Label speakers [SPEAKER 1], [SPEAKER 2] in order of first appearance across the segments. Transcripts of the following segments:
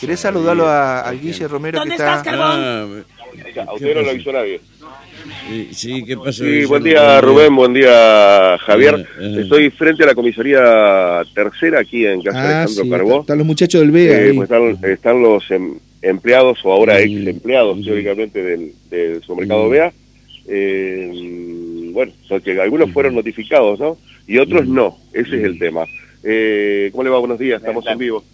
[SPEAKER 1] ¿Querés saludarlo a, a Guille Romero
[SPEAKER 2] ¿Dónde
[SPEAKER 1] que está?
[SPEAKER 2] estás, Carbón?
[SPEAKER 3] A usted no lo avisó nadie.
[SPEAKER 4] Sí, Ah, sí, ¿qué pasó?
[SPEAKER 3] Sí,
[SPEAKER 4] Guillermo?
[SPEAKER 3] buen día Rubén, buen día
[SPEAKER 1] Eh,
[SPEAKER 3] Javier.
[SPEAKER 4] Ajá.
[SPEAKER 3] Estoy frente a la comisaría tercera aquí en Casa
[SPEAKER 1] Ah,
[SPEAKER 3] Alejandro
[SPEAKER 1] sí,
[SPEAKER 3] Carbó.
[SPEAKER 1] están los muchachos del Vega.
[SPEAKER 3] Eh,
[SPEAKER 1] ahí.
[SPEAKER 3] pues están, están los em- empleados o ahora ex empleados
[SPEAKER 4] Mm.
[SPEAKER 3] teóricamente del, del supermercado
[SPEAKER 4] Mm.
[SPEAKER 3] BEA. Eh, bueno, son que algunos fueron notificados, ¿no? Y otros no, ese es el tema. Eh, ¿Cómo le va? Buenos días, estamos en vivo.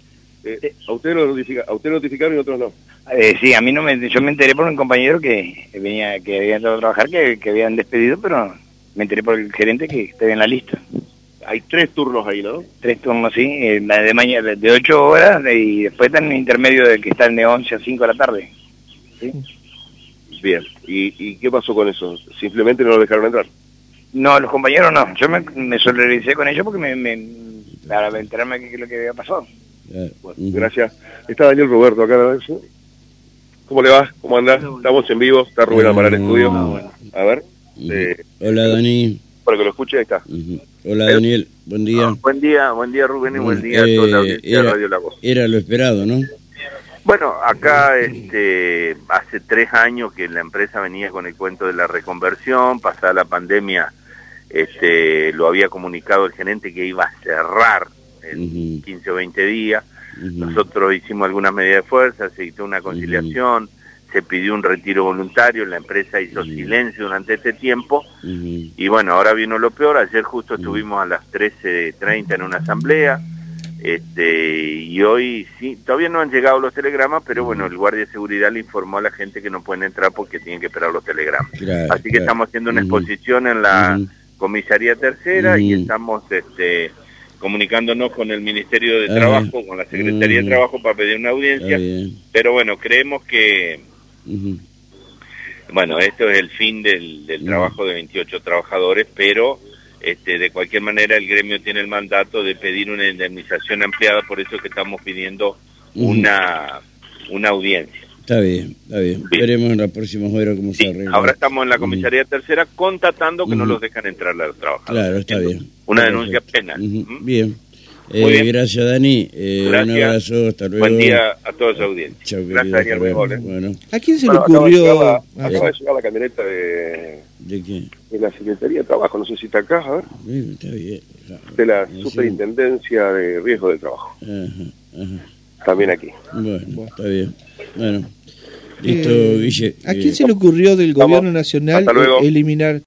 [SPEAKER 3] Eh, a, usted lo notifica- a usted lo notificaron y otros no.
[SPEAKER 5] Eh, sí, a mí no me, yo me enteré por un compañero que venía, que había entrado a trabajar, que, que habían despedido, pero me enteré por el gerente que estaba en la lista.
[SPEAKER 3] Hay tres turnos ahí, ¿no?
[SPEAKER 5] Tres turnos, sí, eh, la de mañana de 8 horas y después está en el intermedio del que está de 11 a 5 de la tarde.
[SPEAKER 3] Bien. ¿Y, y qué pasó con eso? Simplemente no lo dejaron entrar.
[SPEAKER 5] No, los compañeros no, yo me, me solidaricé con ellos porque me, me- para enterarme de qué es lo que había pasado.
[SPEAKER 4] Ah,
[SPEAKER 3] Bueno,
[SPEAKER 4] ujú.
[SPEAKER 3] gracias. Está Daniel Roberto acá, ¿no? ¿Sí? ¿Cómo le va? ¿Cómo anda? Estamos en vivo, está Rubén Amaral en Estudio. A ver,
[SPEAKER 4] Ujú.
[SPEAKER 3] eh,
[SPEAKER 4] Hola, Dani.
[SPEAKER 3] para que lo escuche, ahí está.
[SPEAKER 4] Ujú. Hola, Daniel. Buen día.
[SPEAKER 6] Ah, buen día, buen día Rubén y buen día a
[SPEAKER 4] Eh,
[SPEAKER 6] toda la audiencia de
[SPEAKER 4] era-
[SPEAKER 6] Radio La Voz.
[SPEAKER 4] Era lo esperado, ¿no?
[SPEAKER 6] Bueno, acá este, hace tres años que la empresa venía con el cuento de la reconversión, pasada la pandemia, este, lo había comunicado el gerente que iba a cerrar en
[SPEAKER 4] Ujú.
[SPEAKER 6] 15 o 20 días.
[SPEAKER 4] Ujú.
[SPEAKER 6] Nosotros hicimos algunas medidas de fuerza, se hizo una conciliación, se pidió un retiro voluntario, la empresa hizo
[SPEAKER 4] Ujú.
[SPEAKER 6] silencio durante este tiempo.
[SPEAKER 4] Ujú.
[SPEAKER 6] Y bueno, ahora vino lo peor. Ayer justo estuvimos a las 13.30 en una asamblea. Este, y hoy sí, todavía no han llegado los telegramas, pero bueno, el guardia de seguridad le informó a la gente que no pueden entrar porque tienen que esperar los telegramas.
[SPEAKER 4] Claro,
[SPEAKER 6] Así que
[SPEAKER 4] claro.
[SPEAKER 6] estamos haciendo una
[SPEAKER 4] Ujú.
[SPEAKER 6] exposición en la
[SPEAKER 4] Ujú.
[SPEAKER 6] comisaría tercera y
[SPEAKER 4] Ujú.
[SPEAKER 6] estamos este, comunicándonos con el Ministerio de
[SPEAKER 4] Ajá.
[SPEAKER 6] Trabajo, con la Secretaría
[SPEAKER 4] Ah, Ujú.
[SPEAKER 6] de Trabajo para pedir una
[SPEAKER 4] Está
[SPEAKER 6] audiencia.
[SPEAKER 4] bien.
[SPEAKER 6] Pero bueno, creemos que
[SPEAKER 4] Ujú.
[SPEAKER 6] bueno, esto es el fin del, del
[SPEAKER 4] Mm.
[SPEAKER 6] trabajo de 28 trabajadores, pero este, de cualquier manera el gremio tiene el mandato de pedir una indemnización ampliada, por eso es que estamos pidiendo
[SPEAKER 4] Ujú.
[SPEAKER 6] una, una audiencia.
[SPEAKER 4] Está bien, está bien.
[SPEAKER 6] Bien.
[SPEAKER 4] Veremos en la próxima hora cómo
[SPEAKER 6] Sí,
[SPEAKER 4] se arregla.
[SPEAKER 6] ahora estamos en la comisaría tercera constatando que no
[SPEAKER 4] Ujú.
[SPEAKER 6] los dejan entrar a los trabajadores.
[SPEAKER 4] Claro, está bien.
[SPEAKER 6] Una
[SPEAKER 4] Está
[SPEAKER 6] denuncia
[SPEAKER 4] perfecto.
[SPEAKER 6] penal.
[SPEAKER 4] Ujú.
[SPEAKER 6] ¿Mm?
[SPEAKER 4] Bien.
[SPEAKER 6] Muy
[SPEAKER 4] Eh,
[SPEAKER 6] bien.
[SPEAKER 4] Gracias, Dani. Eh, Un
[SPEAKER 6] Gracias.
[SPEAKER 4] abrazo, hasta luego.
[SPEAKER 6] Buen día a todos los audiencias.
[SPEAKER 4] Chau, querido,
[SPEAKER 6] Gracias, Daniel.
[SPEAKER 4] hasta
[SPEAKER 6] muy
[SPEAKER 4] luego.
[SPEAKER 6] amable.
[SPEAKER 4] Bueno,
[SPEAKER 1] ¿A quién se le
[SPEAKER 3] Bueno, acaba de llegar
[SPEAKER 1] ocurrió?
[SPEAKER 3] la-
[SPEAKER 1] Ah,
[SPEAKER 3] acaba de llegar la camioneta de,
[SPEAKER 4] ¿de qué?
[SPEAKER 3] de la Secretaría de Trabajo, no sé si está acá, a ver,
[SPEAKER 4] Bien, Está bien.
[SPEAKER 3] de la
[SPEAKER 4] Sí.
[SPEAKER 3] Superintendencia de Riesgo del Trabajo,
[SPEAKER 4] Ajá, ajá.
[SPEAKER 3] también aquí.
[SPEAKER 4] Bueno, está bien. Bueno, listo,
[SPEAKER 1] Eh,
[SPEAKER 4] Guille.
[SPEAKER 1] ¿A
[SPEAKER 4] Eh,
[SPEAKER 1] quién se le ocurrió del
[SPEAKER 3] Estamos.
[SPEAKER 1] gobierno nacional
[SPEAKER 3] Hasta luego.
[SPEAKER 1] eliminar